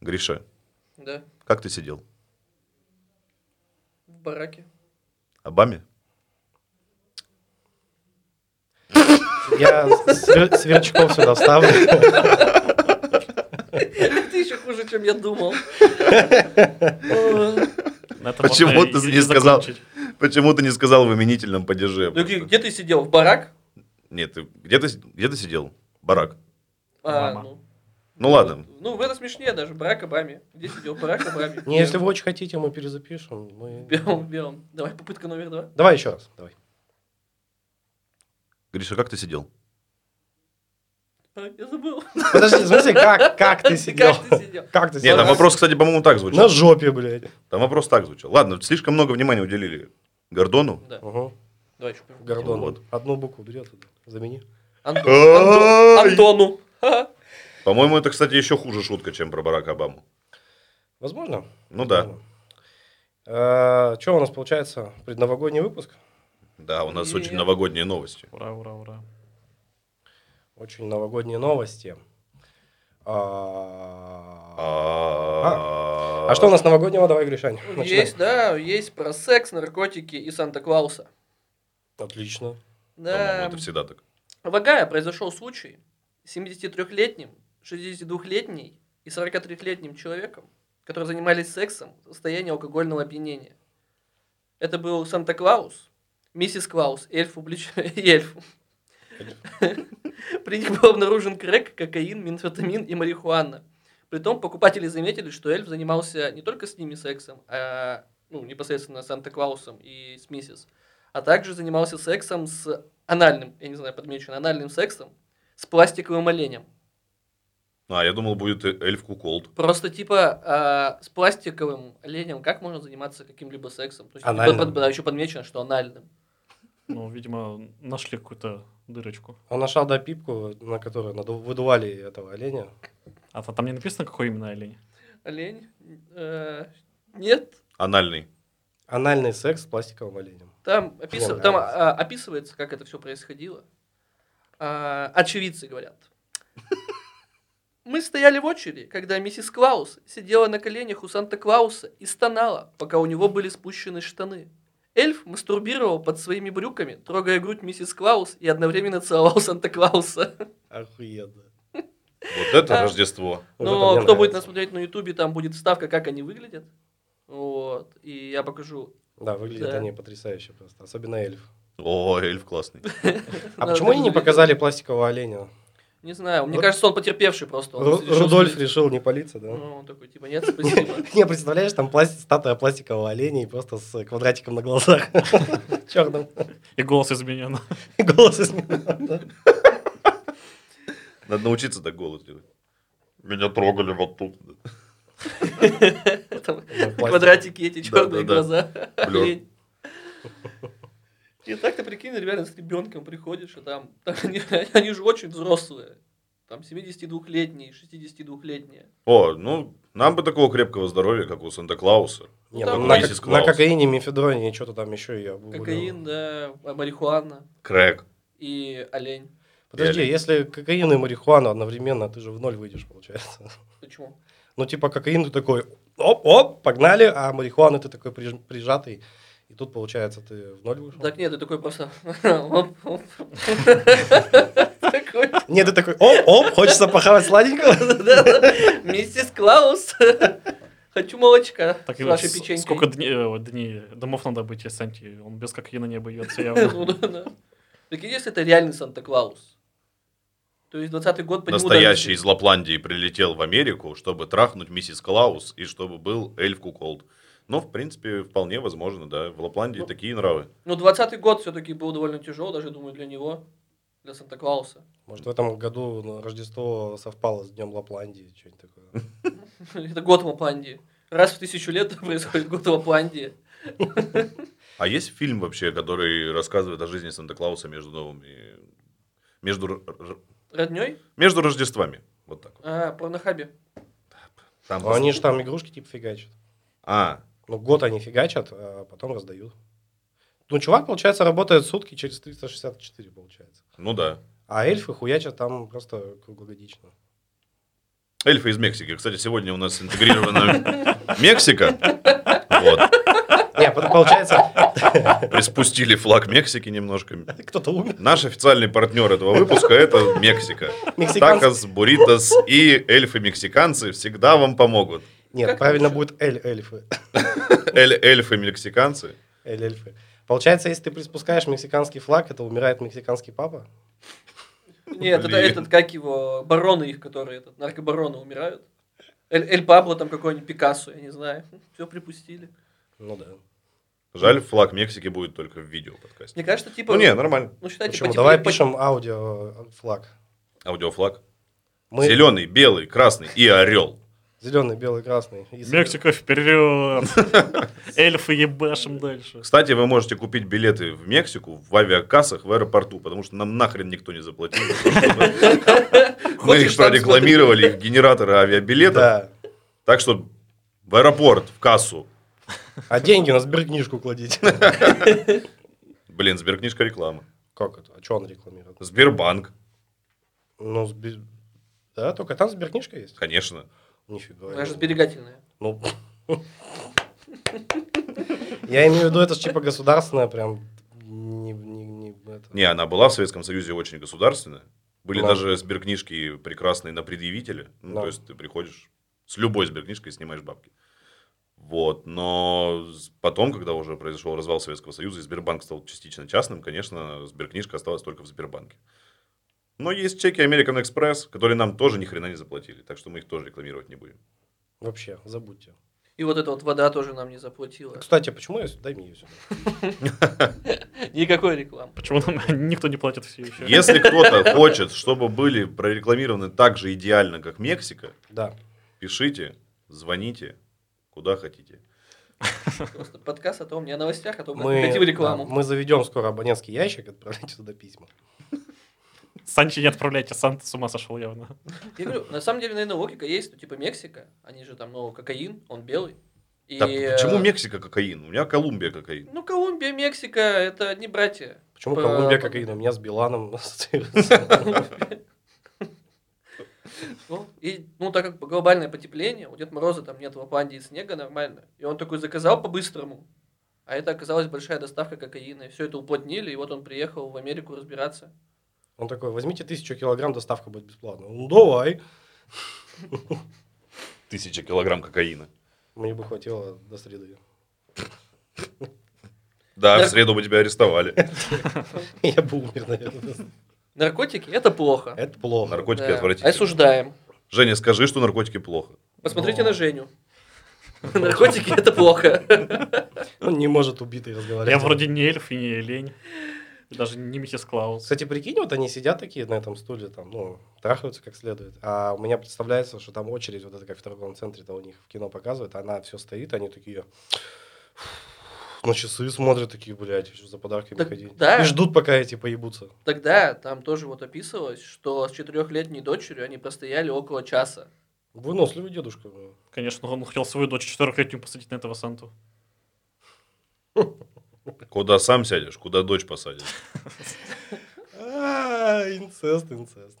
Гриша, Да, как ты сидел? в бараке. Обаме? Я свер- сверчков сюда ставлю. Ты еще хуже, чем я думал. На этом Почему можно ты и- и не сказал? закончить. Почему ты не сказал в именительном падеже? Ну, где где ты сидел? В барак? Нет, ты- где ты, где ты сидел? Барак. А, Мама. ну. Ну ладно. Ну, в это смешнее даже. Барак Обаме. Где сидел? Барак Обаме. Не, если вы очень хотите, мы перезапишем. В мы- белом, в белом. Давай, попытка номер два. Давай еще раз. Давай. Гриша, как ты сидел? А, Я забыл. Подожди, в смысле, как, как ты сидел? Как ты сидел? Как ты Нет, сидел? там Барак. вопрос, кстати, по-моему, так На звучал. жопе, блядь. Там вопрос так звучал. Ладно, слишком много внимания уделили Гордону. Да. Угу. Давай еще. Гордон. Вот. Одну букву убери оттуда. Замени. Антон- Антон- Ай! Антону. Ха-ха. По-моему, это, кстати, еще хуже шутка, чем про Барака Обаму. Возможно? Ну да. Что у нас получается? Предновогодний выпуск? Да, у нас Нет. очень новогодние новости. Ура, ура, ура. Очень новогодние новости. А А а что у нас новогоднего? Давай, Гришань. начинай. Ну, Есть, да, есть про секс, наркотики и Санта-Клауса. Отлично. По-моему, Да. это всегда так. В Огайо произошел случай с 73-летним, 62-летней и 43-летним человеком, которые занимались сексом в состоянии алкогольного опьянения. Это был Санта-Клаус, миссис Клаус, эльф, облич... и эльф. При них был обнаружен крэк, кокаин, минфетамин и марихуана. Притом покупатели заметили, что эльф занимался не только с ними сексом, а ну, непосредственно с Санта-Клаусом и с миссис, а также занимался сексом с анальным, я не знаю, подмечено, анальным сексом с пластиковым оленем. А, я думал, будет э- эльф Куколд. Просто типа а, с пластиковым оленем как можно заниматься каким-либо сексом? То есть, типа, Анальным. под- под- да, еще подмечено, что анальным. Ну, видимо, нашли какую-то дырочку. Он нашел да пипку, А на которую наду- выдували этого оленя. А то там не написано, какой именно олень? Олень? Э, нет, Анальный. Анальный секс с пластиковым оленем. Там, описыв- Ладно. там а, описывается, как это все происходило. А, очевидцы говорят. Мы стояли в очереди, когда миссис Клаус сидела на коленях у Санта-Клауса и стонала, пока у него были спущены штаны. Эльф мастурбировал под своими брюками, трогая грудь миссис Клаус и одновременно целовал Санта-Клауса. Охуенно. Вот это А. Рождество. Вот Но это мне а кто будет нравится. нас смотреть на Ютубе, там будет вставка, как они выглядят. Вот. И я покажу. Да, выглядят Да. они потрясающе просто, особенно эльф. О, эльф классный. А Надо почему они не выглядеть. показали пластикового оленя? Не знаю, мне Ру- кажется, он потерпевший просто. он Ру- решил Рудольф скрыть. решил не палиться, да? Ну, он такой, типа, нет, спасибо. Не, представляешь, там пласт- статуя пластикового оленя и просто с квадратиком на глазах. Черным. И голос изменен. Голос изменен, да. Надо научиться так голос делать. Меня трогали вот тут. Там пластик. Квадратики эти черные да. глаза. Блёр. Лень. И так ты прикинь, реально с ребенком приходишь, и там, там они, они же очень взрослые. Там 72-летние, 62-летние. О, ну, нам бы такого крепкого здоровья, как у Санта-Клауса. Не, Там ну, на, Миссис кок- Клаус. на кокаине, мефедроне и что-то там еще и обгуглил. Кокаин, да, а, марихуана Крэк. и олень. Подожди, Реально. если кокаин и марихуану одновременно, ты же в ноль выйдешь, получается. Почему? Ну, типа, кокаин ты такой, оп-оп, погнали, а марихуану ты такой приж- прижатый. И тут, получается, ты в ноль вышел. Так нет, ты такой просто... оп, оп. Такой, Нет, ты такой, оп-оп, хочется похавать сладенького. да-да-да. Миссис Клаус, хочу молочка Так с и вашей с- печенькой. Сколько дней, э, дней, домов надо быть, если Санти, он без кокаина не обойдется явно. Ну да, да. Так и если это реальный Санта-Клаус. То есть 20 год по нему Настоящий даже- из Лапландии прилетел в Америку, чтобы трахнуть миссис Клаус и чтобы был эльф Куколд. Ну, в принципе, вполне возможно, да. В Лапландии Ну. такие нравы. Ну, 20 год все-таки был довольно тяжел, даже, думаю, для него, для Санта-Клауса. Может, в этом году ну, Рождество совпало с Днем Лапландии, что-нибудь такое. Это год в Лапландии. Раз в тысячу лет происходит год в Лапландии. А есть фильм вообще, который рассказывает о жизни Санта-Клауса между новыми... Между, р- р- Родней? между Рождествами. Вот так вот. А, порнохабе. Там Но они же там игрушки типа фигачат. А, Ну, год они фигачат, а потом раздают. Ну, чувак, получается, работает сутки через 364, получается. ну да. А эльфы хуячат там просто круглогодично. Эльфы из Мексики. Кстати, сегодня у нас интегрирована Мексика. Вот. Не, потом получается, Приспустили флаг Мексики немножко. кто-то умер. Наш официальный партнер этого выпуска – это Мексика. Мексиканцы. Такос, буритос и эльфы-мексиканцы всегда вам помогут. Нет, Как правильно лучше? будет эль-эльфы. Эль- Эльфы-мексиканцы. Эль-эльфы. Получается, если ты приспускаешь мексиканский флаг, это умирает мексиканский папа? Нет, это Блин. этот, как его, бароны их, которые, этот, наркобароны умирают. Эль, Эль Пабло там какой-нибудь Пикассо, я не знаю. Все припустили. Ну да. Жаль, флаг Мексики будет только в видео подкасте. Мне кажется, типа... Ну не, нормально. ну, считайте, Почему? потеплее- Давай пот- пишем аудио э, флаг. Аудиофлаг. Мы Зеленый, белый, красный и орел. зеленый, белый, красный. И с- Мексика вперед! Эльфы ебашим дальше. Кстати, вы можете купить билеты в Мексику в авиакассах в аэропорту, потому что нам нахрен никто не заплатил. Мы Хочешь, их там прорекламировали, их генераторы авиабилетов. Да. Так что в аэропорт, в кассу. А деньги на сберкнижку кладите. Блин, Сберкнижка реклама. Как это? А что он рекламирует? Сбербанк, Ну, сбер- Да, только там сберкнижка есть. конечно. Нифига. Она же сберегательная. Ну. Я имею в виду, это ж типа государственное прям... Не, не, не, это. Не, она была в Советском Союзе очень государственная. Были Да. даже сберкнижки прекрасные на предъявителе. Ну, Да. то есть ты приходишь с любой сберкнижкой и снимаешь бабки. Вот, но с- потом, когда уже произошел развал Советского Союза, и Сбербанк стал частично частным, конечно, сберкнижка осталась только в Сбербанке. Но есть чеки American Express, которые нам тоже ни хрена не заплатили, так что мы их тоже рекламировать не будем. Вообще, забудьте. И вот эта вот вода тоже нам не заплатила. Кстати, а почему я... с- Дай мне ее сюда. Никакой рекламы. Почему нам никто не платит все еще? Если кто-то хочет, чтобы были прорекламированы так же идеально, как Мексика, Да. Пишите, звоните, куда хотите. Просто подкаст о том, не о новостях, а о том, как мы Мы, хотим рекламу. да, мы заведем скоро абонентский ящик, отправляйте туда письма. Санчи не отправляйте, Санта с ума сошел явно. Я говорю, на самом деле, наверное, логика есть, ну, типа Мексика, они же там, ну, кокаин, он белый. И, Так, почему э, Мексика кокаин? У меня Колумбия кокаин. Ну, Колумбия, Мексика, это одни братья. Почему По- Колумбия по- кокаин? У меня с Биланом ассоциируется. Ну, и, ну, так как глобальное потепление, у Дед Мороза там нет в Лапландии снега нормально. И он такой заказал по-быстрому. А это оказалась большая доставка кокаина. И все это уплотнили, и вот он приехал в Америку разбираться. Он такой, возьмите тысячу килограмм, доставка будет бесплатная. Ну, давай. Тысяча килограмм кокаина. Мне бы хватило до среды. Да, Да. в среду бы тебя арестовали. Я бы умер, наверное. Наркотики – это плохо. Это плохо. Наркотики Да. отвратительные. Осуждаем. Женя, скажи, что наркотики плохо. Посмотрите Но. на Женю. Наркотики – это плохо. Он не может убитый разговаривать. Я вроде не эльф и не лень. И даже не Миссис Клаус. Кстати, прикинь, вот они сидят такие на этом стуле, там, ну, трахаются как следует. А у меня представляется, что там очередь, вот это как в торговом центре-то у них в кино показывают, она все стоит, они такие на часы смотрят, такие, блядь, еще за подарками Так, ходить. да. И ждут, пока эти поебутся. Тогда там тоже вот описывалось, что с четырехлетней дочерью они простояли около часа. Выносливый дедушка. ну. Конечно, он хотел свою дочь четырехлетнюю посадить на этого Санту. Куда сам сядешь, куда дочь посадишь. А, Инцест, инцест.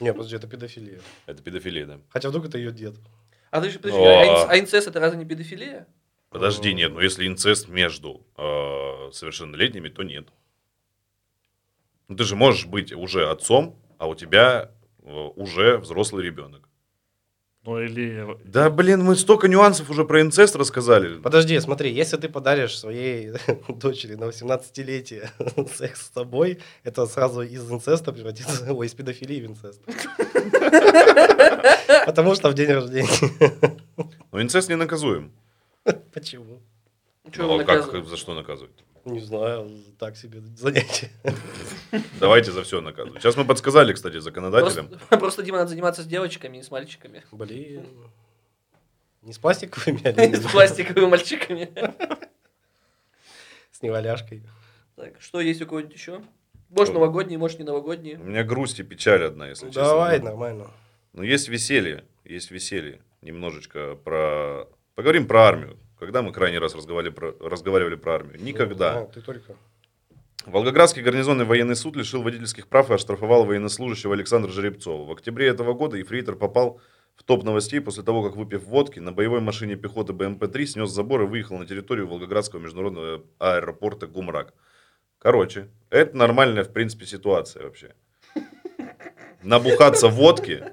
Не, подожди, это педофилия. Это педофилия, да. Хотя вдруг это ее дед. А ты же, подожди, О. а инц- а инцест – это разве не педофилия? Подожди, М. нет, но если инцест между э, совершеннолетними, то нет. Ну, ты же можешь быть уже отцом, а у тебя э, уже взрослый ребенок. Ну или... Да, блин, мы столько нюансов уже про инцест рассказали. Подожди, смотри, если ты подаришь своей дочери на 18-летие секс с тобой, это сразу из инцеста превратится, ой, из педофилии в инцест. Потому что в день рождения. Но инцест не наказуем. Почему? Ну, Чего его а как- наказывают? за что наказывать? Не знаю, так себе занятие. Давайте за все наказывать. Сейчас мы подсказали, кстати, законодателям. Просто, просто, Дима, надо заниматься с девочками и с мальчиками. Блин. Не с пластиковыми, а С пластиковыми мальчиками. с неваляшкой. Так, что есть у кого-нибудь еще? Может, новогодние, может, не новогодние. У меня грусть и печаль одна, если честно. Давай, нормально. Но есть веселье, есть веселье. Немножечко про... Поговорим про армию. Когда мы крайний раз разговаривали про, разговаривали про армию? А, Никогда. Ты только. Волгоградский гарнизонный военный суд лишил водительских прав и оштрафовал военнослужащего Александра Жеребцова. В октябре этого года Ефрейтор попал В топ новостей после того, как выпив водки, на боевой машине пехоты БМП-3 снес забор и выехал на территорию Волгоградского международного аэропорта Гумрак. Короче, это нормальная, в принципе, ситуация вообще. Набухаться водки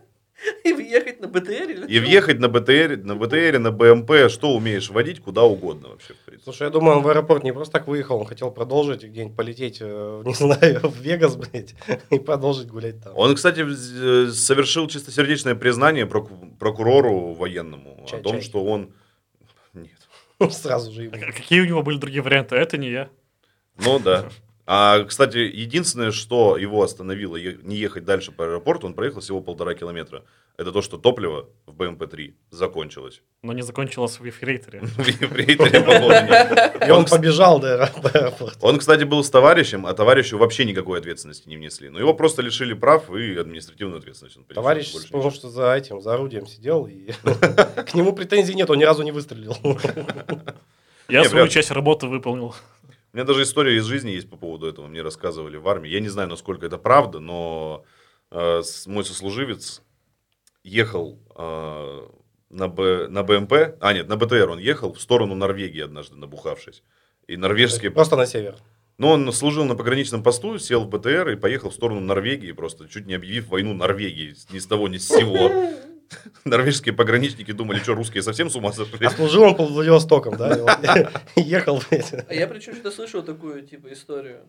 И въехать на БТР или и что? въехать на БТР, на БТР, на БМП, что умеешь водить, куда угодно вообще, в принципе. Слушай, я думаю, он в аэропорт не просто так выехал, он хотел продолжить и где-нибудь полететь, э, не знаю, в Вегас, блядь, и продолжить гулять там. Он, кстати, вз- э, совершил чистосердечное признание проку- прокурору военному о Чай, том, чай. что он... Нет. Сразу же ему. А к- Какие у него были другие варианты? Это не я. Ну да. А, кстати, единственное, что его остановило е- не ехать дальше по аэропорту, он проехал всего полтора километра. Это то, что топливо в БМП-3 закончилось. Но не закончилась в эфирейторе. В Ефрейторе, по-моему. И он побежал до аэро- до аэропорта. Он, кстати, был с товарищем, а товарищу вообще никакой ответственности не внесли. Но его просто лишили прав и административную ответственность. он понесет, Товарищ, больше потому что за этим, за орудием сидел, и к нему претензий нет, он ни разу не выстрелил. Я Не, свою вряд ли. часть работы выполнил. У меня даже история из жизни есть по поводу этого. Мне рассказывали в армии. Я не знаю, насколько это правда, но э, с- мой сослуживец ехал э, на, Б- на БМП, а нет, на БТР он ехал в сторону Норвегии однажды, набухавшись. И норвежские... Просто на север. Ну, он служил на пограничном посту, сел в БТР и поехал в сторону Норвегии, просто чуть не объявив войну Норвегии ни с того, ни с сего. Норвежские пограничники думали, что русские совсем с ума сошли. А служил он под Владивостоком, да? и вот Ехал, блядь. А я причем что-то слышал такую типа историю.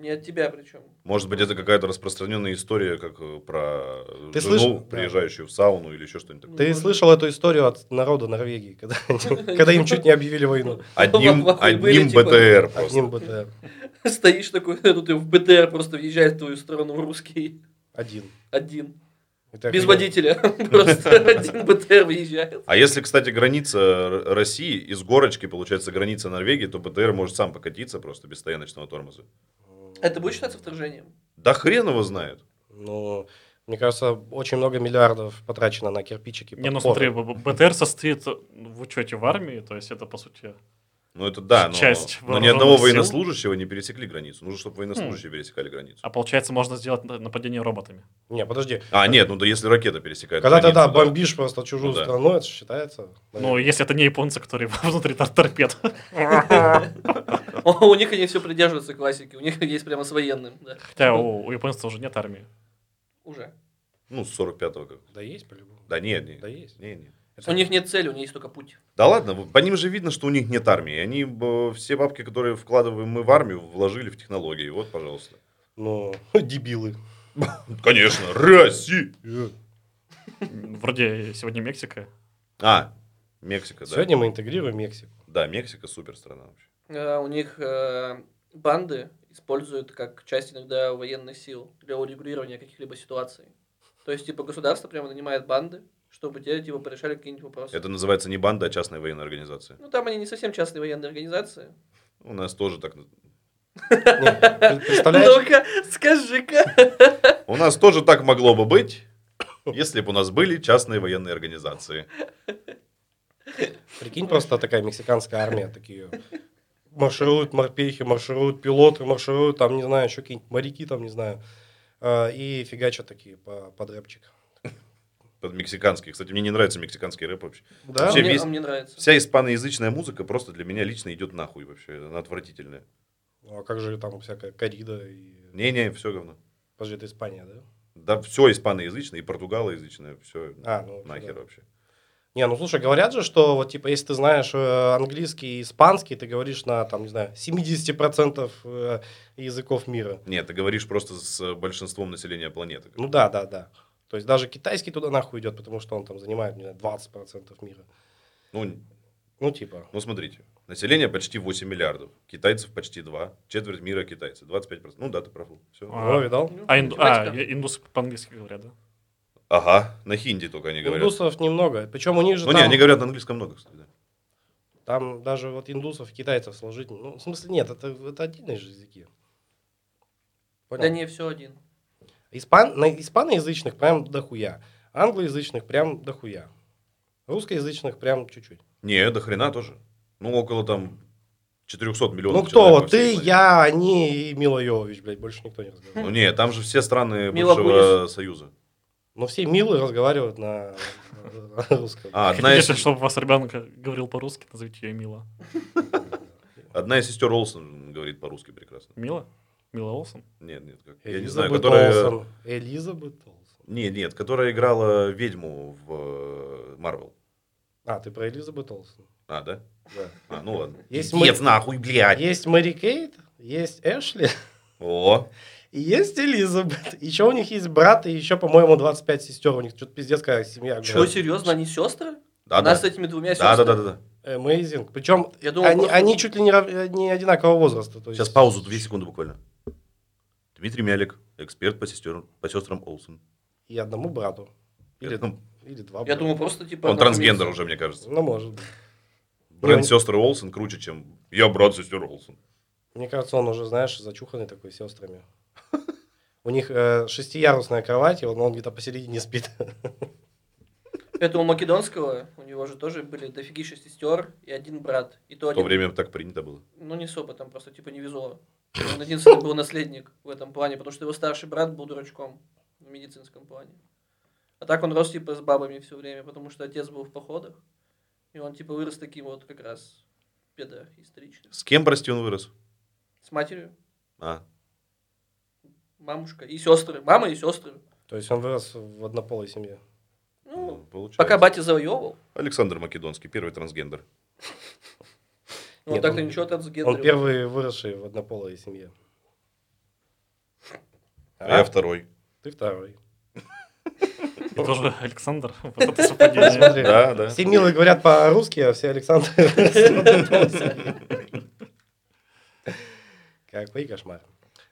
Не от тебя причем. Может быть, это какая-то распространенная история, как э, про э, Ты жену, слышал? Да. приезжающую в сауну или еще что-нибудь такое. Ты слышал эту историю от народа Норвегии, когда когда им чуть не объявили войну? Одним, Вахуй одним были, типа, БТР просто. Одним БТР. Стоишь такой, тут и в БТР просто въезжает в твою сторону русский Один. один. И ты Без охренел. водителя. Просто один БТР выезжает. А если, кстати, граница Р- России из горочки, получается, граница Норвегии, то БТР может сам покатиться просто без стояночного тормоза. Это будет считаться вторжением? Да хрен его знает. Ну, мне кажется, очень много миллиардов потрачено на кирпичики. типа Не, ну смотри, подпоры. Б- Б- БТР состоит в учете в армии, то есть это, по сути, Ну это да, но, Часть но ни одного вооруженных сил. военнослужащего не пересекли границу. Нужно, чтобы военнослужащие пересекали границу. а получается, можно сделать на- нападение роботами. Не, подожди. А, нет, ну да если ракета пересекает Когда ты, да, границу, да. бомбишь просто чужую Ну да. страну, это же считается. Ну, если это не японцы, которые внутри тор- торпед. У них они все придерживаются классики, у них есть прямо с военным. да. Хотя у у японцев уже нет армии. Уже. Ну, с 45-го как. Да есть, по-любому. Да нет, нет. Да есть. Не, не. У них нет цели, у них есть только путь. Да ладно, в- по ним же видно, что у них нет армии. Они б, все бабки, которые вкладываем мы в армию, вложили в технологии. Вот, пожалуйста. Ну, дебилы. Конечно, Россия! Вроде сегодня Мексика. А, Мексика, да. Сегодня мы интегрируем Мексику. Да, Мексика супер страна вообще. Э, У них э, банды используют как часть иногда военных сил для урегулирования каких-либо ситуаций. То есть, типа, государство прямо нанимает банды, чтобы те, типа, порешали какие-нибудь вопросы. Это называется не банда, а частная военная организация. Ну, там они не совсем частные военные организации. У нас тоже так... наз- Не, пред- Ну, Представляешь? Ну-ка, скажи-ка. У нас тоже так могло бы быть, если бы у нас были частные военные организации. Прикинь, просто такая мексиканская армия, такие маршируют морпехи, маршируют пилоты, маршируют там, не знаю, еще какие-нибудь моряки там, не знаю. А, И фигачат такие по- под рэпчик. Под мексиканский. Кстати, мне не нравится мексиканский рэп вообще. Да? Вообще мне, весь- а мне нравится. Вся испаноязычная музыка просто для меня лично идет нахуй вообще. Она отвратительная. Ну, А как же там всякая корида и... Не-не, все говно. Подожди, это Испания, да? Да все испаноязычное, и португалоязычное, все А, ну, нахер да. вообще. Не, ну слушай, говорят же, что вот типа, если ты знаешь э, английский и испанский, ты говоришь на там, не знаю, 70% э, языков мира. Нет, ты говоришь просто с большинством населения планеты. Ну да, да, да. То есть даже китайский туда нахуй идет, потому что он там занимает, не знаю, 20% мира. Ну, Ну типа, ну смотрите, население почти 8 миллиардов, китайцев почти 2, четверть мира китайцы, 25%. Ну да, ты прав. Всё. А. ну, видал? Ну, А, инду- а, математика. и- индусы по-английски говорят, да? Ага, на хинди только Ну, они говорят. Индусов немного. Причем у них же Ну не, там, они говорят на английском много, кстати. да. там даже вот индусов и китайцев сложить. Ну, в смысле, нет, это, это отдельные же языки. Понял? Да не, все один. Испан, на испаноязычных прям дохуя. Англоязычных прям дохуя. Русскоязычных прям чуть-чуть. Не, до хрена тоже. Ну около там 400 миллионов Ну кто? человек во Вот ты, всей планете. я, они и Мила Йовович, блядь, больше никто не разговаривает. Ну не, там же все страны Мила бывшего союза. Но все милые разговаривают на русском. А, одна из, Если, чтобы у вас ребенка говорил по-русски, назовите ее Мила. одна из сестер Олсен говорит по-русски прекрасно. Мила? Мила Олсен? Нет, нет, как- я не знаю, Элизабет которая... Олсен. Элизабет Олсен. Нет, нет, которая играла ведьму в э, Марвел. А, ты про Элизабет Олсен. А, да? Да. А, ну ладно. Есть Пиздец, мы- нахуй, блядь. Есть Мэри Кейт, есть Эшли, О, и есть Элизабет. Еще у них есть брат, и еще, по-моему, 25 сестер. У них что-то пиздец какая семья. Чего, серьезно, они сестры? да, Она А, да. с этими двумя Да, да, сестрами? да, да. Amazing. Причем Я думал, они, просто- они чуть ли не, рав- не одинакового возраста. то есть- Сейчас паузу, две секунды буквально. Дмитрий Мялик, эксперт по сестерам, по сестрам Олсен. И одному брату. Или, Ну, или два Я брата. думаю, просто типа... Он она трансгендер умеет- уже, мне кажется. Ну, может быть. Бренд он- сестры Олсен круче, чем я брат сестер Олсен. Мне кажется, он уже, знаешь, зачуханный такой с сестрами. У них э, шестиярусная кровать, и он, он где-то посередине спит. Это у Македонского, у него же тоже были дофигища сестер и один брат. И то В то один, время так принято было. ну не особо, там просто типа не везло. Он единственный был наследник в этом плане, потому что его старший брат был дурачком в медицинском плане. А так он рос типа с бабами все время, потому что отец был в походах. И он типа вырос таким вот как раз педоисторичным. С кем, прости, он вырос? С матерью, А, мамушка и сестры. Мама и сестры. То есть он вырос в однополой семье. Ну, получается. пока батя завоевал, Александр Македонский, первый трансгендер. он Нет, так-то он- ничего трансгендерил. Он первый выросший в однополой семье. А я второй. Ты второй. И тоже Александр. Вот это совпадение. Смотри, Да, да. Все милые говорят по-русски, а все Александр. Какой кошмар.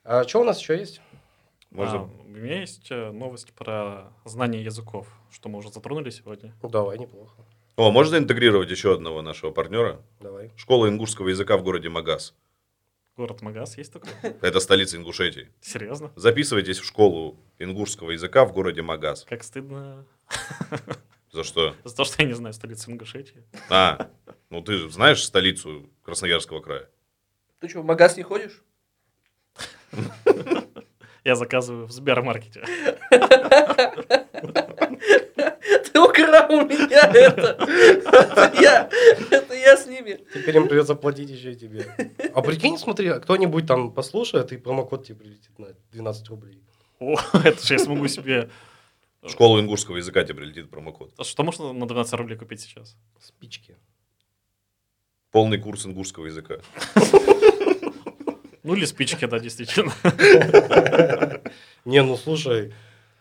А что у нас еще есть? Можно... А, У меня есть э, новость про знание языков, что мы уже затронули сегодня. Ну, Давай, неплохо. О, можно интегрировать еще одного нашего партнера? Давай. Школа ингушского языка в городе Магаз. Город Магаз есть такой? Это столица Ингушетии. Серьезно? Записывайтесь в школу ингушского языка в городе Магаз. Как стыдно За что? за то, что я не знаю столицы Ингушетии. А, ну ты же знаешь столицу Красноярского края? Ты что, в магаз не ходишь? Я заказываю в Сбермаркете. Ты украл у меня это. Это я. Это я с ними. Теперь им придется платить еще и тебе. А прикинь, смотри, а кто-нибудь там послушает, и промокод тебе прилетит на 12 рублей. О, это же я смогу себе... В школу ингушского языка тебе прилетит промокод. А Что можно на 12 рублей купить сейчас? Спички. Полный курс ингушского языка. Ну или спички, да, действительно. Не, ну слушай,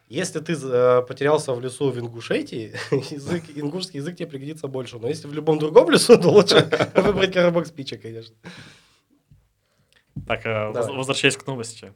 если ты э, потерялся в лесу в Ингушетии, язык, ингушский язык тебе пригодится больше. Но если в любом другом лесу, то лучше выбрать коробок спичек, конечно. Так, э, воз- Давай. возвращаясь к новости.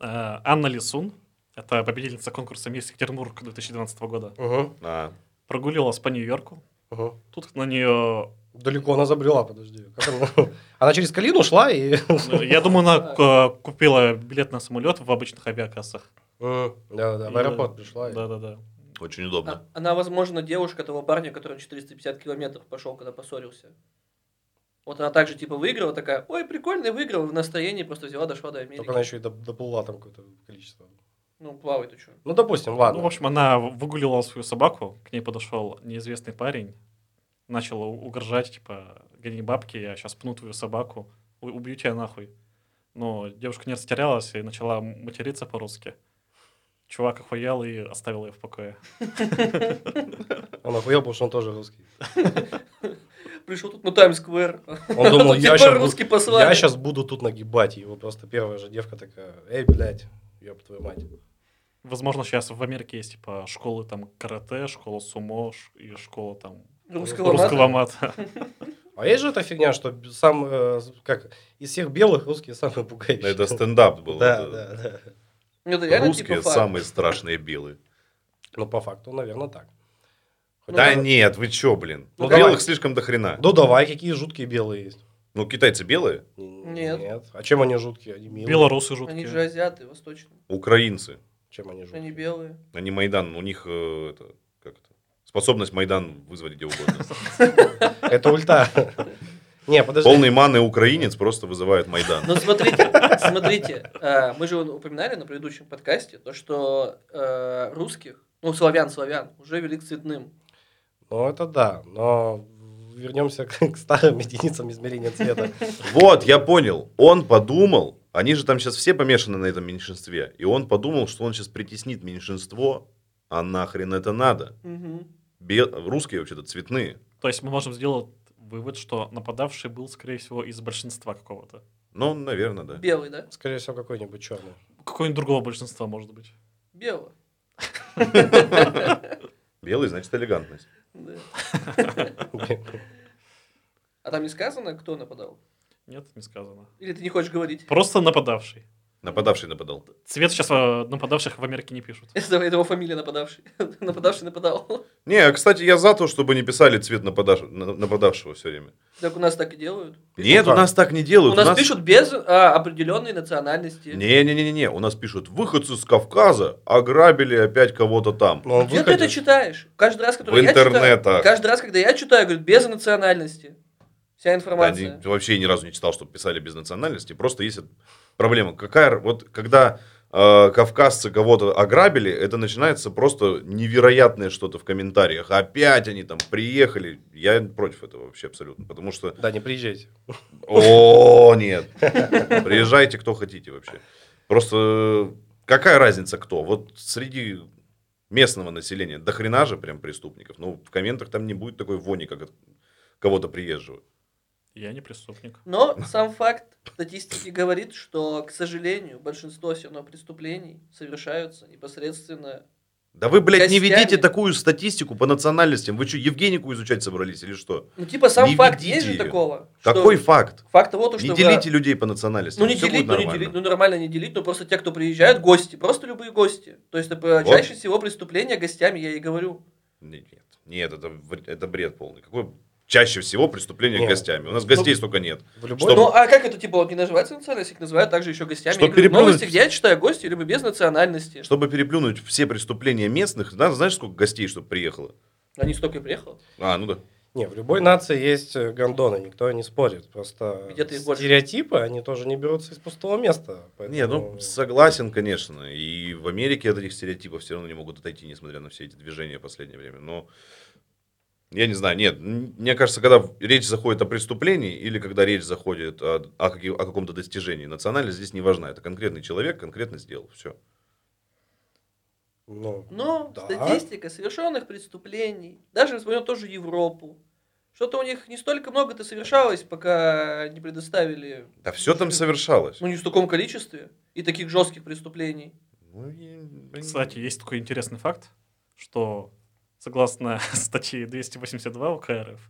Э, Анна Лисун, это победительница конкурса «Мисс Екатеринбург» 2012 года, Угу, А, прогулялась по Нью-Йорку. угу. Тут на нее... Далеко она забрела, подожди. Как она? она через Калину шла и... Ну, Я думаю, она э, купила билет на самолет в обычных авиакассах. Да-да-да, в И- аэропорт пришла. и- Да-да-да. очень удобно. А- Она, возможно, девушка того парня, который 450 километров пошел, когда поссорился. Вот она также типа выиграла, такая, ой, прикольно, выиграла, в настроении просто взяла, дошла до Америки. Только она еще и до- доплыла там какое-то количество. Ну, плавай ты что. Ну, допустим, ладно. Ну, в общем, она в- выгуливала свою собаку, к ней подошел неизвестный парень, начал у- угрожать, типа, гони бабки, я сейчас пну твою собаку, у- убью тебя нахуй. Но девушка не растерялась и начала м- материться по-русски. Чувак охуел и оставил ее в покое. Он охуел, потому что он тоже русский. Пришел тут на Таймс-сквер. Он думал, я Типа сейчас, русский буду, посланник. я щас буду тут нагибать. И Его просто первая же девка такая, эй, блядь, ёб твою мать. Возможно, сейчас в Америке есть, типа, школы там карате, школа сумо ш- и школа там Русского Русского мата. русского мата. А есть же эта фигня, что б- сам, э, с- как, из всех белых русские самые пугающие. Это стендап был. Да, Это- да, да. Ну, это реально Русские типа факт. самые страшные белые. Ну, по факту, наверное, так. Хоть да она- нет, вы чё, блин? Ну, белых давай. слишком до хрена. Ну, давай, какие жуткие белые есть. Ну, китайцы белые, Н- Нет. Нет. А чем они жуткие? Они милые. Белорусы Они же жуткие. азиаты, восточные. украинцы. Чем они жуткие? Они белые. Они Майдан, у них э, это, как это, способность Майдан вызвать где угодно. Это ульта. Не, подожди. Полный маны украинец просто вызывает Майдан. Ну, смотрите, смотрите, э, мы же упоминали на предыдущем подкасте, то, что э, русских, ну, славян-славян, уже вели к цветным. Ну, это да, но вернемся к, к старым единицам измерения цвета. Вот, я понял. Он подумал, они же там сейчас все помешаны на этом меньшинстве, и он подумал, что он сейчас притеснит меньшинство, а нахрен это надо? Мгм. Бе- Русские вообще-то цветные. То есть мы можем сделать вывод, что нападавший был, скорее всего, из большинства какого-то. Ну, наверное, да. Белый, да? Скорее всего, какой-нибудь черный. Какого-нибудь другого большинства, может быть. Белый. Белый, значит, элегантность. Да. А там не сказано, кто нападал? Нет, не сказано. Или ты не хочешь говорить? Просто нападавший. Нападавший нападал. Цвет сейчас э, нападавших в Америке не пишут. Это это его фамилия нападавший. Нападавший нападал. Не, а, кстати, я за то, чтобы не писали цвет нападаш- на- нападавшего все время. Так у нас так и делают. Нет, у как? нас так не делают. У нас пишут без а, определенной национальности. Не-не-не-не, у нас пишут, выходцы с Кавказа ограбили опять кого-то там. Но Ну, он А Где ты это выходит. читаешь? Каждый раз, который В я читаю, интернетах. каждый раз, когда я читаю, говорят, без национальности. Вся Да, информация. не- вообще ни разу не читал, чтобы писали без национальности. Просто есть проблема. Какая, р- вот когда э, кавказцы кого-то ограбили, это начинается просто невероятное что-то в комментариях. Опять они там приехали. Я против этого вообще абсолютно. Потому что, Да, не приезжайте. о, нет. Приезжайте, кто хотите вообще. Просто э, какая разница кто? Вот среди местного населения до хрена же прям преступников. Ну, в комментах там не будет такой вони, как от кого-то приезжего. Я не преступник. Но сам факт статистики говорит, что, к сожалению, большинство все равно преступлений совершаются непосредственно. Да вы, блядь, не Костями. ведите такую статистику по национальностям. Вы что, Евгенику изучать собрались или что? Ну, типа, сам Не факт ведите есть же её. такого. Какой что... факт? Факт того, то, что... не вы- делите людей по национальностям. Ну, не всё делить, будет ну, не нормально. делить, ну, нормально не делить, но просто те, кто приезжают, гости, просто любые гости. То есть, это э, Вот. чаще всего преступления гостями, я и говорю. Не- Ну, Нет, нет это, вр- это бред полный. Какое чаще всего преступление Нет. гостями? У нас гостей столько нет. В любой... Чтоб- Ну, а как это, типа, вот не называется национальность, их называют также еще гостями. Чтоб Я говорю, переплюнуть- новости, где я читаю гости, либо без национальности. Чтобы переплюнуть все преступления местных, да, знаешь, сколько гостей, чтобы приехало? Они столько и приехало. А, ну да. Не, в любой нации есть э, гондоны, никто не спорит. Просто Где-то их больше. стереотипы, они тоже не берутся из пустого места. поэтому- Не, ну согласен, конечно. И в Америке от этих стереотипов все равно не могут отойти, несмотря на все эти движения в последнее время. Но я не знаю, нет. м, Мне кажется, когда в- речь заходит о преступлении или когда речь заходит о, о каки- о каком-то достижении, национальность здесь не важна. Это конкретный человек, конкретно сделал. Все. Ну, Но Да. статистика совершенных преступлений, даже возьмем тоже Европу, что-то у них не столько много-то совершалось, пока не предоставили, Да все там совершалось. ну не в таком количестве, и таких жестких преступлений. Ну, и, блин. Кстати, есть такой интересный факт, что согласно статье 282 УК РФ,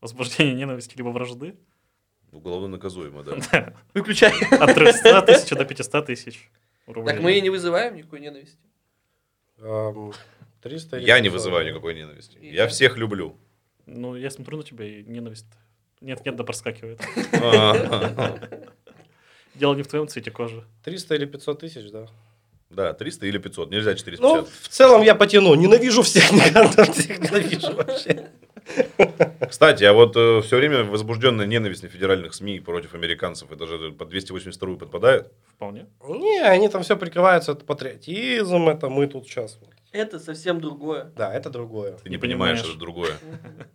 возбуждение ненависти либо вражды Уголовно ну, наказуемо, да. да, Выключай. от 300 тысяч до 500 тысяч рублей. Так мы и не вызываем никакой ненависти. эм, 300 или Я не 500, вызываю да. никакой ненависти. И Я я. всех люблю. Ну, я смотрю на тебя, и ненависть... Нет-нет, да проскакивает. А, Дело не в твоем цвете кожи. 300 или 500 тысяч, да. Да, 300 или 500. Нельзя 450. Ну, в целом я потяну. Ненавижу всех мигрантов, всех ненавижу вообще. Кстати, а вот все время возбужденная ненависть на федеральных СМИ против американцев, и даже под 282 подпадает? Вполне. Не, они там все прикрываются, это патриотизм, это мы тут сейчас. вот. Это совсем другое. Да, это другое. Ты Не не понимаешь, понимаешь. это другое.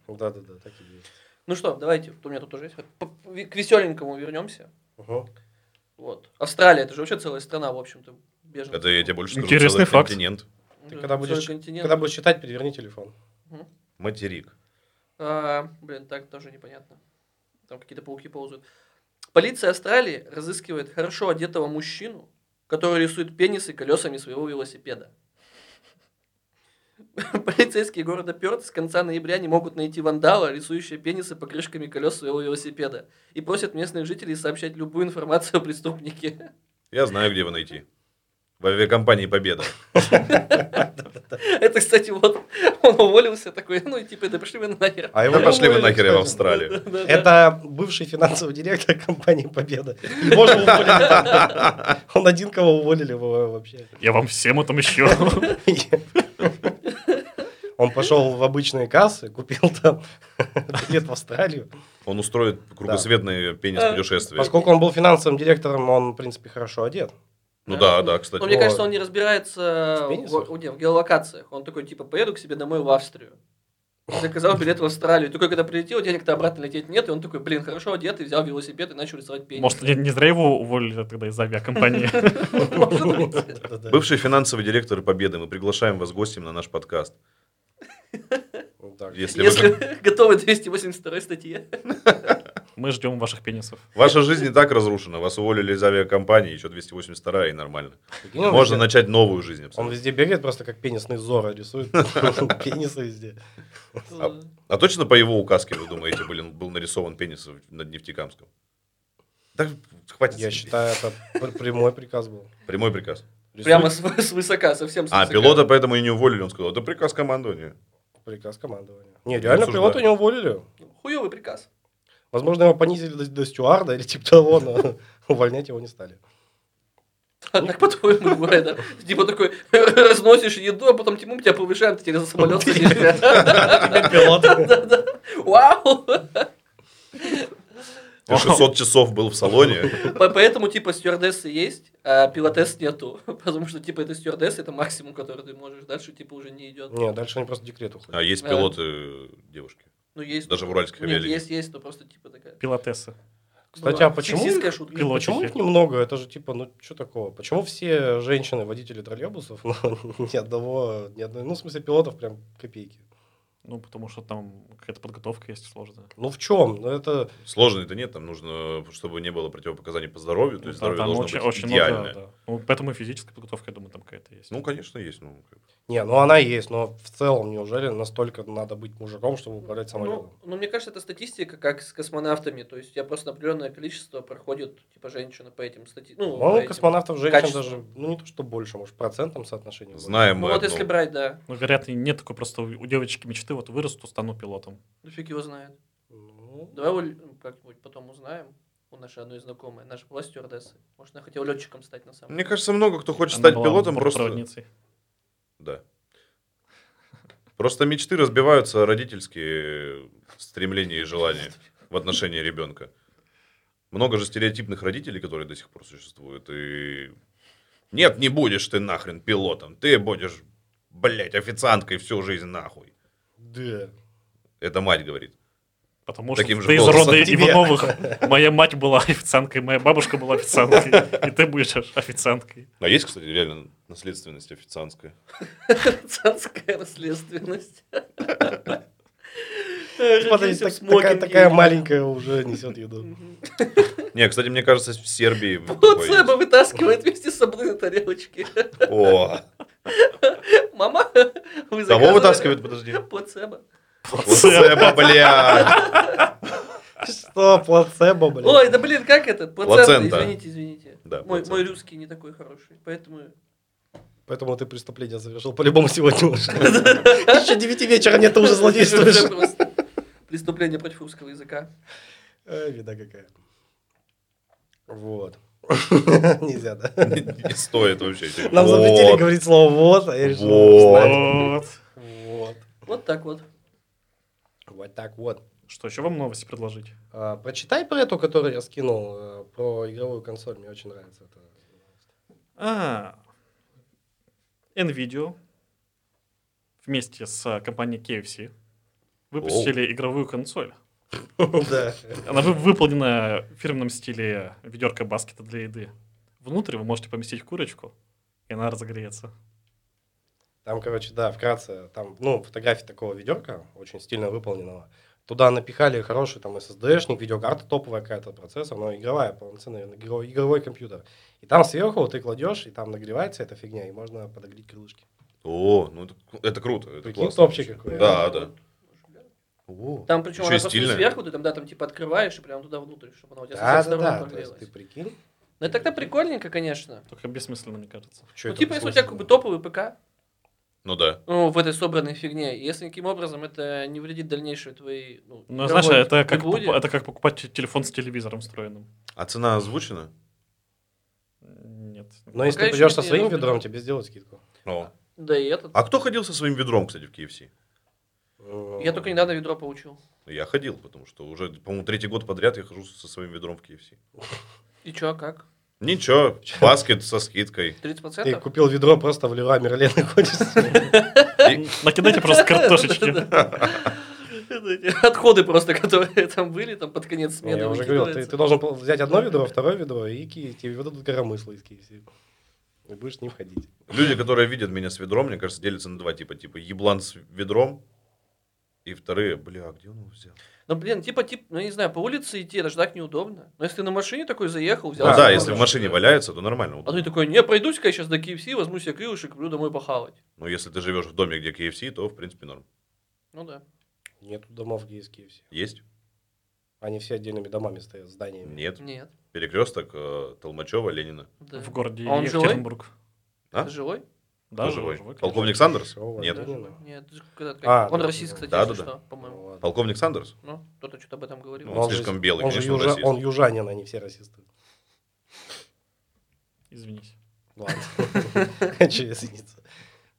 Мгм. Да-да-да, так и есть. Ну что, давайте, вот у меня тут тоже есть. По- ви- К веселенькому вернемся. Угу. Вот. Австралия, это же вообще целая страна, в общем-то, беженцев. Это я тебе больше скажу, Интересный целый факт. континент. Ну, Ты когда целый будешь, континент. когда будешь читать, переверни телефон. Мгм. Материк. А, блин, так тоже непонятно. Там какие-то пауки ползают. Полиция Австралии разыскивает хорошо одетого мужчину, который рисует пенисы колесами своего велосипеда. Полицейские города Перт с конца ноября не могут найти вандала, рисующего пенисы покрышками колес своего велосипеда, и просят местных жителей сообщать любую информацию о преступнике. Я знаю, где его найти. В авиакомпании «Победа». Это, кстати, вот он уволился такой, ну и типа, да пошли вы нахер. А Да пошли вы уволили, нахер, я в кстати. Австралию. Да-да-да. Это бывший финансовый директор компании «Победа». Его же уволили. Он один, кого уволили во- вообще. Я вам всем этом еще. Он Он пошел в обычные кассы, купил там билет в Австралию. Он устроит кругосветный пенис Э, путешествие. Поскольку он был финансовым директором, он, в принципе, хорошо одет. Ну Да. да, да, Но кстати. мне вот. кажется, он не разбирается В в, пенисах? о, не, в геолокациях. Он такой, типа, поеду к себе домой в Австрию. Заказал билет в Австралию. И Только когда прилетел, денег-то обратно лететь нет. И он такой, блин, хорошо одет, и взял велосипед и начал рисовать пенис. Может, не, не зря его уволили тогда из авиакомпании. Может быть. Да-да. Бывший финансовый директор Победы, мы приглашаем вас гостем на наш подкаст. Вот так. Если, вы- Если готовы 282 статье. Мы ждем ваших пенисов. ваша жизнь не так разрушена, вас уволили из авиакомпании, еще 282 и нормально. Прикинь, Ну, он Можно везде- начать новую жизнь Он абсолютно. везде бегает, просто как пенисный зора рисует. Пенисы везде. А- А точно по его указке, вы думаете, блин, был нарисован пенис в- над Нефтекамском? Да хватит. Я с- считаю, это пр- прямой приказ был. Прямой приказ. Прямо Рисует с, с высока, совсем с А, высока. пилота поэтому и не уволили, он сказал, это приказ командования. Приказ командования. Не, реально обсуждаю. пилота не уволили. Ну, Хуёвый приказ. Возможно, его понизили до, до стюарда или типа того, но увольнять его не стали. Ну, А так по-твоему бывает, да? Типа такой, разносишь еду, а потом типа, мы тебя повышаем, ты через самолет сидишь. Да-да. Вау! Ты 600 часов был в салоне. По- Поэтому, типа, стюардессы есть, а пилотесс нету. Потому что, типа, это стюардессы, это максимум, который ты можешь. Дальше, типа, уже не Ну, идет. Не, дальше они просто декрет уходят. А есть Да. пилоты э, девушки. Ну, есть. Даже в ну, уральских Нет, авиалиниях. есть, есть, но просто, типа, такая. Пилотессы. Кстати, была. а почему, Сексистская их- шутка. пилот- почему их Пилотики. немного? Это же типа, ну что такого? Почему все женщины водители троллейбусов, но ни одного, ни одной, ну в смысле пилотов прям копейки? Ну, потому что там какая-то подготовка есть сложная. Ну в чем? Ну это Сложный-то нет, там нужно, чтобы не было противопоказаний по здоровью, то есть Ну, да, здоровье должно очень, быть очень идеальное. много, да. Ну, поэтому и физическая подготовка, я думаю, там какая-то есть. Ну, конечно, есть. Ну, как бы. не, ну она есть, но в целом неужели настолько надо быть мужиком, чтобы управлять Ну, самолетом? ну, мне кажется, это статистика, как с космонавтами. То есть, я просто определенное количество проходит, типа, женщина по этим статистикам. Ну, по По-моему, этим. космонавтов женщин Качество. даже, ну не то что больше, может в процентном соотношении. больше. Знаем мы Ну, вот одну. если брать, да. Ну, говорят, и нет такой просто у у девочки мечты, вот вырасту, стану пилотом. Ну, фиг его знает. Ну, Давай его л- как-нибудь потом узнаем. У нашей одной знакомой. Наша была стюардесса. Может, она хотела летчиком стать, на самом Мне деле. кажется, много кто хочет Она стать была пилотом, просто... бортпроводницей. Да. Просто мечты разбиваются родительские стремления и желания в отношении ребенка. Много же стереотипных родителей, которые до сих пор существуют. И нет, не будешь ты нахрен пилотом. Ты будешь, блядь, официанткой всю жизнь нахуй. да. Это мать говорит. Потому Таким что же ты из голосом. рода Тебе. Ивановых. Моя мать была официанткой, моя бабушка была официанткой, и ты будешь официанткой. А есть, кстати, реально наследственность официантская. Цанская наследственность. Смотри, Родился Типа, в так- такая, смокинге. такая маленькая уже несет еду. Мгм. Не, кстати, мне кажется, в Сербии... такое есть. Плацебо вытаскивает вместе с собой на тарелочке. О, Мама, вы кого заказывали? вытаскивают? Подожди. Плацебо. Плацебо, бля. Что, плацебо, блин? Ой, да блин, как этот? Плацента. Плацента. Извините, извините. Да, Мой плацента. мой русский не такой хороший, поэтому... Поэтому ты преступление совершил по-любому сегодня уже. Еще 9 вечера нет, ты уже злодействуешь. Уже просто Преступление против русского языка. Ай, Э, Беда какая. Вот. Нельзя, да? Не стоит вообще. Нам Вот. запретили говорить слово «вот», а я решил Вот. встать. Вот. Вот. Вот так вот. Вот так вот. Что, еще вам новости предложить? А, Прочитай про эту, которую я скинул, э, про игровую консоль. Мне очень нравится это. А, NVIDIA вместе с а, компанией KFC выпустили игровую консоль. Да. Она вы- выполнена в фирменном стиле ведерка баскета для еды. Внутрь вы можете поместить курочку, и она разогреется. Там, короче, да, вкратце, там, ну, фотографии такого ведерка, очень стильно выполненного. Туда напихали хороший там SSD-шник, видеокарта топовая какая-то, процессор, но игровая, полноценный игровой, игровой компьютер. И там сверху ты кладешь, и там нагревается эта фигня, и можно подогреть крылышки. О, ну это, это круто. Это Прикинь, классно топчик вообще. какой, Да, а? да. Там причем Ещё она и просто не стильная. сверху, ты там, да, там типа открываешь и прям туда внутрь, чтобы она у тебя со Да, всех да, сторон да, то прогрелась. есть ты прикинь. Ну это тогда прикольненько, конечно. Только бессмысленно, мне кажется. чё ну это типа, если у тебя как бы топовый ПК, Ну да. ну, в этой собранной фигне, и если никаким образом это не вредит дальнейшей твоей, ну, Ну, игровой знаешь, это как, пригоде. поп- это как покупать те- телефон с телевизором встроенным. А цена озвучена? Нет. Но если ты ещё придешь со не своим разберём. ведром, тебе сделают скидку. О. Да и этот. А кто ходил со своим ведром, кстати, в KFC? Я только недавно ведро получил. Ну, Я ходил, потому что уже, по-моему, третий год подряд я хожу со своим ведром в KFC. И чё, как? Ничего, баскет со скидкой. 30%? Ты купил ведро просто в Леруа Мерлен и ходишь. Накидайте просто картошечки. Да-да-да. Эти Отходы просто, которые там были, там под конец Не, смены. Я уже говорил, ты, выкидывается. ты должен пол- взять одно ведро, второе ведро, и ки- тебе ведут коромысло из KFC. И будешь с ним ходить. Люди, которые видят меня с ведром, мне кажется, делятся на два типа. Типа еблан с ведром, и вторые, бля, а где он его взял? Ну, блин, типа, тип, ну, я не знаю, по улице идти, это же так неудобно. Но если ты на машине такой заехал, взял... Ну Да, да, себе если в помощь. машине валяется, то нормально. А удобно. ты такой, не, пройдусь-ка я сейчас до KFC, возьму себе крылышек, приду домой похавать. Но Ну, если ты живешь в доме, где KFC, то, в принципе, норм. Ну да. Нету домов, где есть KFC. Есть? Они все отдельными домами стоят, зданиями. Нет. Нет. Перекресток э, Толмачева, Ленина. Да. В городе А он живой? Екатеринбург. А? Ты живой? Да, Кто живой. живой? живой, конечно. Полковник Сандерс? Живого Нет. Да. Даже? Нет. ты же когда- как- А, Он да, российский, да, кстати, да. если Да-да-да. что, по-моему. Ну, ладно. Полковник Сандерс? Ну, кто-то что-то об этом говорил. Ну, он слишком белый, он же конечно, он южа- расист. он южанин, а не все расисты. Извините. Ладно. Хочу извиниться.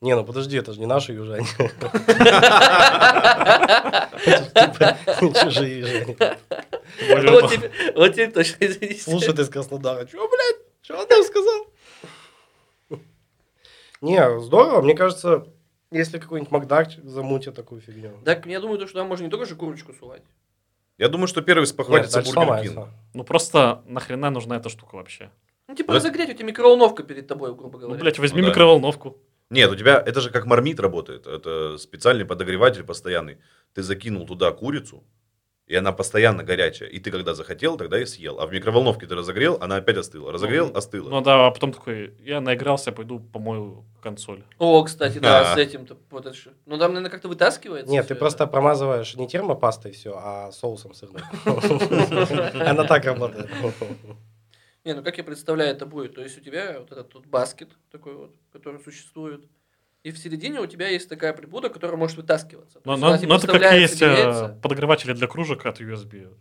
Не, ну подожди, это же не наши южане. Это ж типа чужие южане. Вот теперь- вот теперь точно извинись. Слушай, ты из Краснодара. Чего, блядь? Чего он там сказал? Не, здорово. Мне кажется, если какой-нибудь Макдак замутит такую фигню. Так, я думаю, то, что там можно не только же курочку сувать. Я думаю, что первый спохватится Нет, дальше Бургер Кинг. сломается. Ну просто нахрена нужна эта штука вообще? Ну, типа Да. разогреть, у тебя микроволновка перед тобой, грубо Ну, говоря. блядь, возьми Ну да. микроволновку. Нет, у тебя это же как мармит работает. Это специальный подогреватель постоянный. Ты закинул туда курицу, и она постоянно горячая. И ты когда захотел, тогда и съел. А в микроволновке ты разогрел, она опять остыла. Разогрел, Ну, остыла. Ну да, а потом такой, я наигрался, пойду помою консоль. О, кстати, да, А. с этим-то. Вот это ж- Ну, там, наверное, как-то вытаскивается. Нет, всё ты это. просто промазываешь не термопастой все, а соусом сырным. Она так работает. Не, ну как я представляю, это будет. То есть у тебя вот этот тут баскет такой вот, который существует. И в середине у тебя есть такая приблуда, которая может вытаскиваться. То Но, есть но- она, типа, но это как вставляется, есть э, греется. подогреватели для кружек от USB.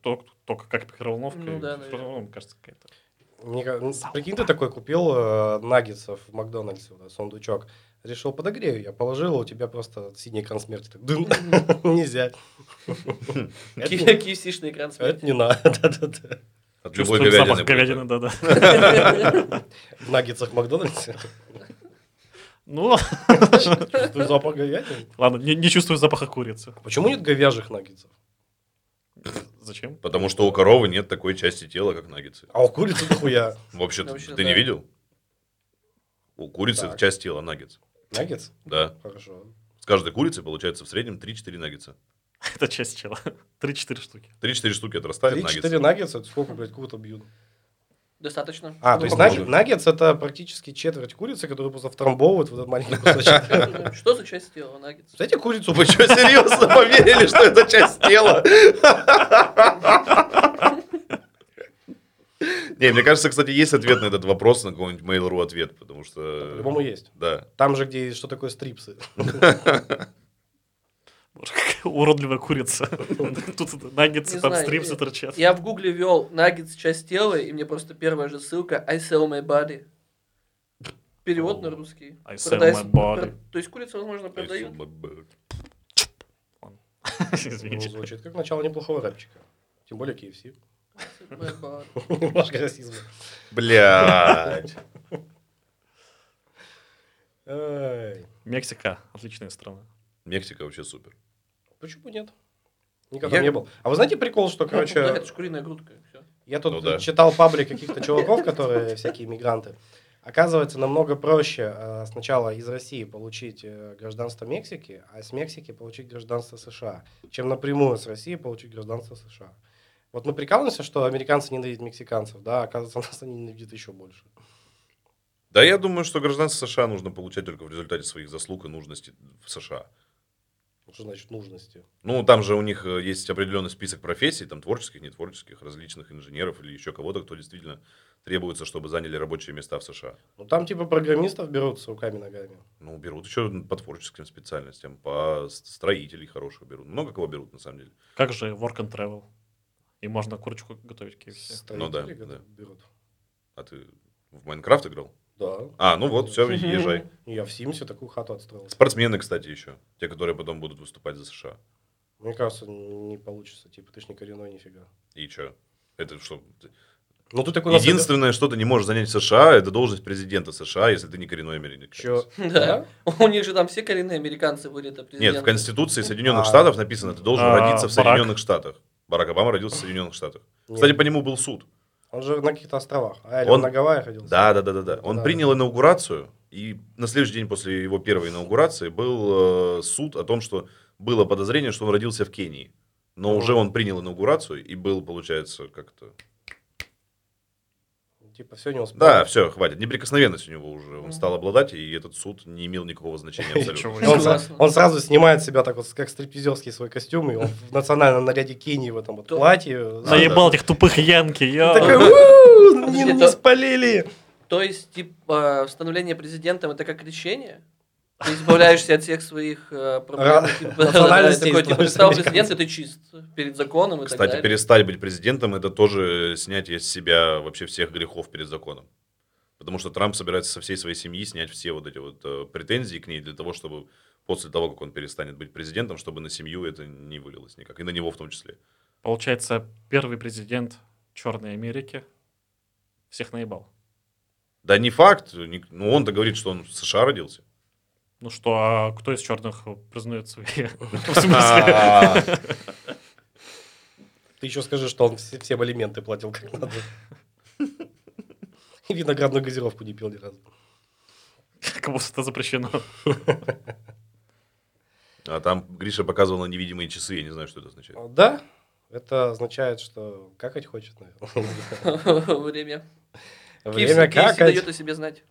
Только, только как микроволновка. Ну и да, всё наверное. равно, мне кажется, какая-то. Мне ка- ну, Прикинь, ты такой купил э, наггетсов в Макдональдсе, вот этот сундучок. Решил подогрею, я положил, а у тебя просто синий экран смерти. Так, дым, нельзя. Это не- KFC-шный экран Это смерти. не надо. Да-да-да. От любой Чувствуем говядины. будет, запах говядины, да-да. В наггетсах в Макдональдсе. Ну, Чувствую запах говядины. ладно, не, не чувствую запаха курицы. Почему нет говяжьих наггетсов? Зачем? Потому что у коровы нет такой части тела, как наггетсы. А у курицы дохуя. Вообще-то, Вообще, ты да. не видел? У курицы Так. это часть тела наггетс. Наггетс? Да. Хорошо. С каждой курицы получается в среднем 3-4 наггетса. Это часть тела. Три-четыре штуки. 3-4 штуки отрастают наггетсы. Три-четыре наггетса, это сколько, блядь, кур-то бьют? Достаточно. А, Ну, то есть много. наггет- наггетс это практически четверть курицы, которую просто втрамбовывают в этот маленький кусочек. Что за часть тела, наггетс? Кстати, курицу Вы что, серьезно поверили, что это часть тела? Не, мне кажется, кстати, есть ответ на этот вопрос, на какой-нибудь Mail.ru ответ, потому что... по-любому есть. Да. Там же, где есть, что такое стрипсы. Боже, какая уродливая курица. Тут наггетсы, Не там знаю, стрипсы я- торчат. Я в гугле вел наггетс часть тела, и мне просто первая же ссылка I sell my body. Перевод на русский. I sell Продай- my body. пр- То есть курицу, возможно, продают. Ну, Извините. Звучит как начало неплохого рэпчика. Тем более KFC. I sell my body. Немножко расизма. Блядь. Ай, Мексика. Отличная страна. Мексика вообще супер. Почему нет? Никогда Я- не был. А вы знаете прикол, что, ну Да, это короче, ж куриная грудка. всё. я тут Ну да. читал паблик каких-то чуваков, которые всякие мигранты. Оказывается, намного проще э, сначала из России получить э, гражданство Мексики, а с Мексики получить гражданство США, чем напрямую с России получить гражданство США. Вот мы прикалываемся, что американцы ненавидят мексиканцев, да, а оказывается, нас они ненавидят еще больше. Да, я думаю, что гражданство США нужно получать только в результате своих заслуг и нужности в США. Что значит нужности? Ну, там же у них э, есть определенный список профессий, там творческих, нетворческих, различных инженеров или еще кого-то, кто действительно требуется, чтобы заняли рабочие места в США. Ну там типа программистов берут с руками-ногами. Ну, берут еще по творческим специальностям, по с- строителей хороших берут. Много кого берут, на самом деле. Как же work and travel? И можно курочку готовить в KFC. Строители Ну да, готов- да. берут. А ты в Майнкрафт играл? Да. А, ну вот, все, Мгм. езжай. Я в Симсе такую хату отстроил. Спортсмены, кстати, еще. Те, которые потом будут выступать за США. Мне кажется, не получится. Типа, ты ж не коренной нифига. И что? Это что? ты- Ну, ты такой... Единственное, что ты не можешь занять в США, это должность президента США, если ты не коренной американец. Че? Да. У них же там все коренные американцы были то Нет, в Конституции Соединенных А. Штатов написано, ты должен А, родиться в Барак. Соединенных Штатах. Барак Обама родился в Соединенных Штатах. Кстати, по нему был суд. Он же на каких-то островах. А, или Он- он на Гавайях родился? Да, да, да, да, да. Это Он да. принял инаугурацию, и на следующий день после его первой инаугурации был э, суд о том, что было подозрение, что он родился в Кении. Но О. уже он принял инаугурацию и был, получается, как-то... Типа, все не успел. Да, все, хватит. Неприкосновенность у него уже. Он стал обладать, и этот суд не имел никакого значения Ничего абсолютно. себе. Он, Классно. са- он сразу снимает с себя так вот, как стрипизерский свой костюм, и он в национальном наряде Кении в этом вот Да. платье. Да, Наебал этих тупых янки, я... Такой, «У, не- Подожди, не это- спалили. То есть, типа, становление президентом это как лечение? Ты избавляешься от всех своих э, проблем. Ра- типа, да, да, национальностей такой, типа, ты становишься стал американцем. президентом, ты чист перед законом и так Кстати, далее. перестать быть президентом – это тоже снятие с себя вообще всех грехов перед законом. Потому что Трамп собирается со всей своей семьи снять все вот эти вот э, претензии к ней для того, чтобы после того, как он перестанет быть президентом, чтобы на семью это не вылилось никак. И на него в том числе. Получается, первый президент Черной Америки всех наебал. Да не факт. ни- Ну, он-то говорит, что он в США родился. Ну что, а кто из черных признает свои? В смысле? А, Ты еще скажи, что он все- всем элементы платил как надо. И виноградную газировку не пил ни разу. Кому это запрещено? а там Гриша показывал на невидимые часы. Я не знаю, что это означает. Да, это означает, что какать хочет, наверное. Время. Время Киевский- Киевский какать. дает о себе знать.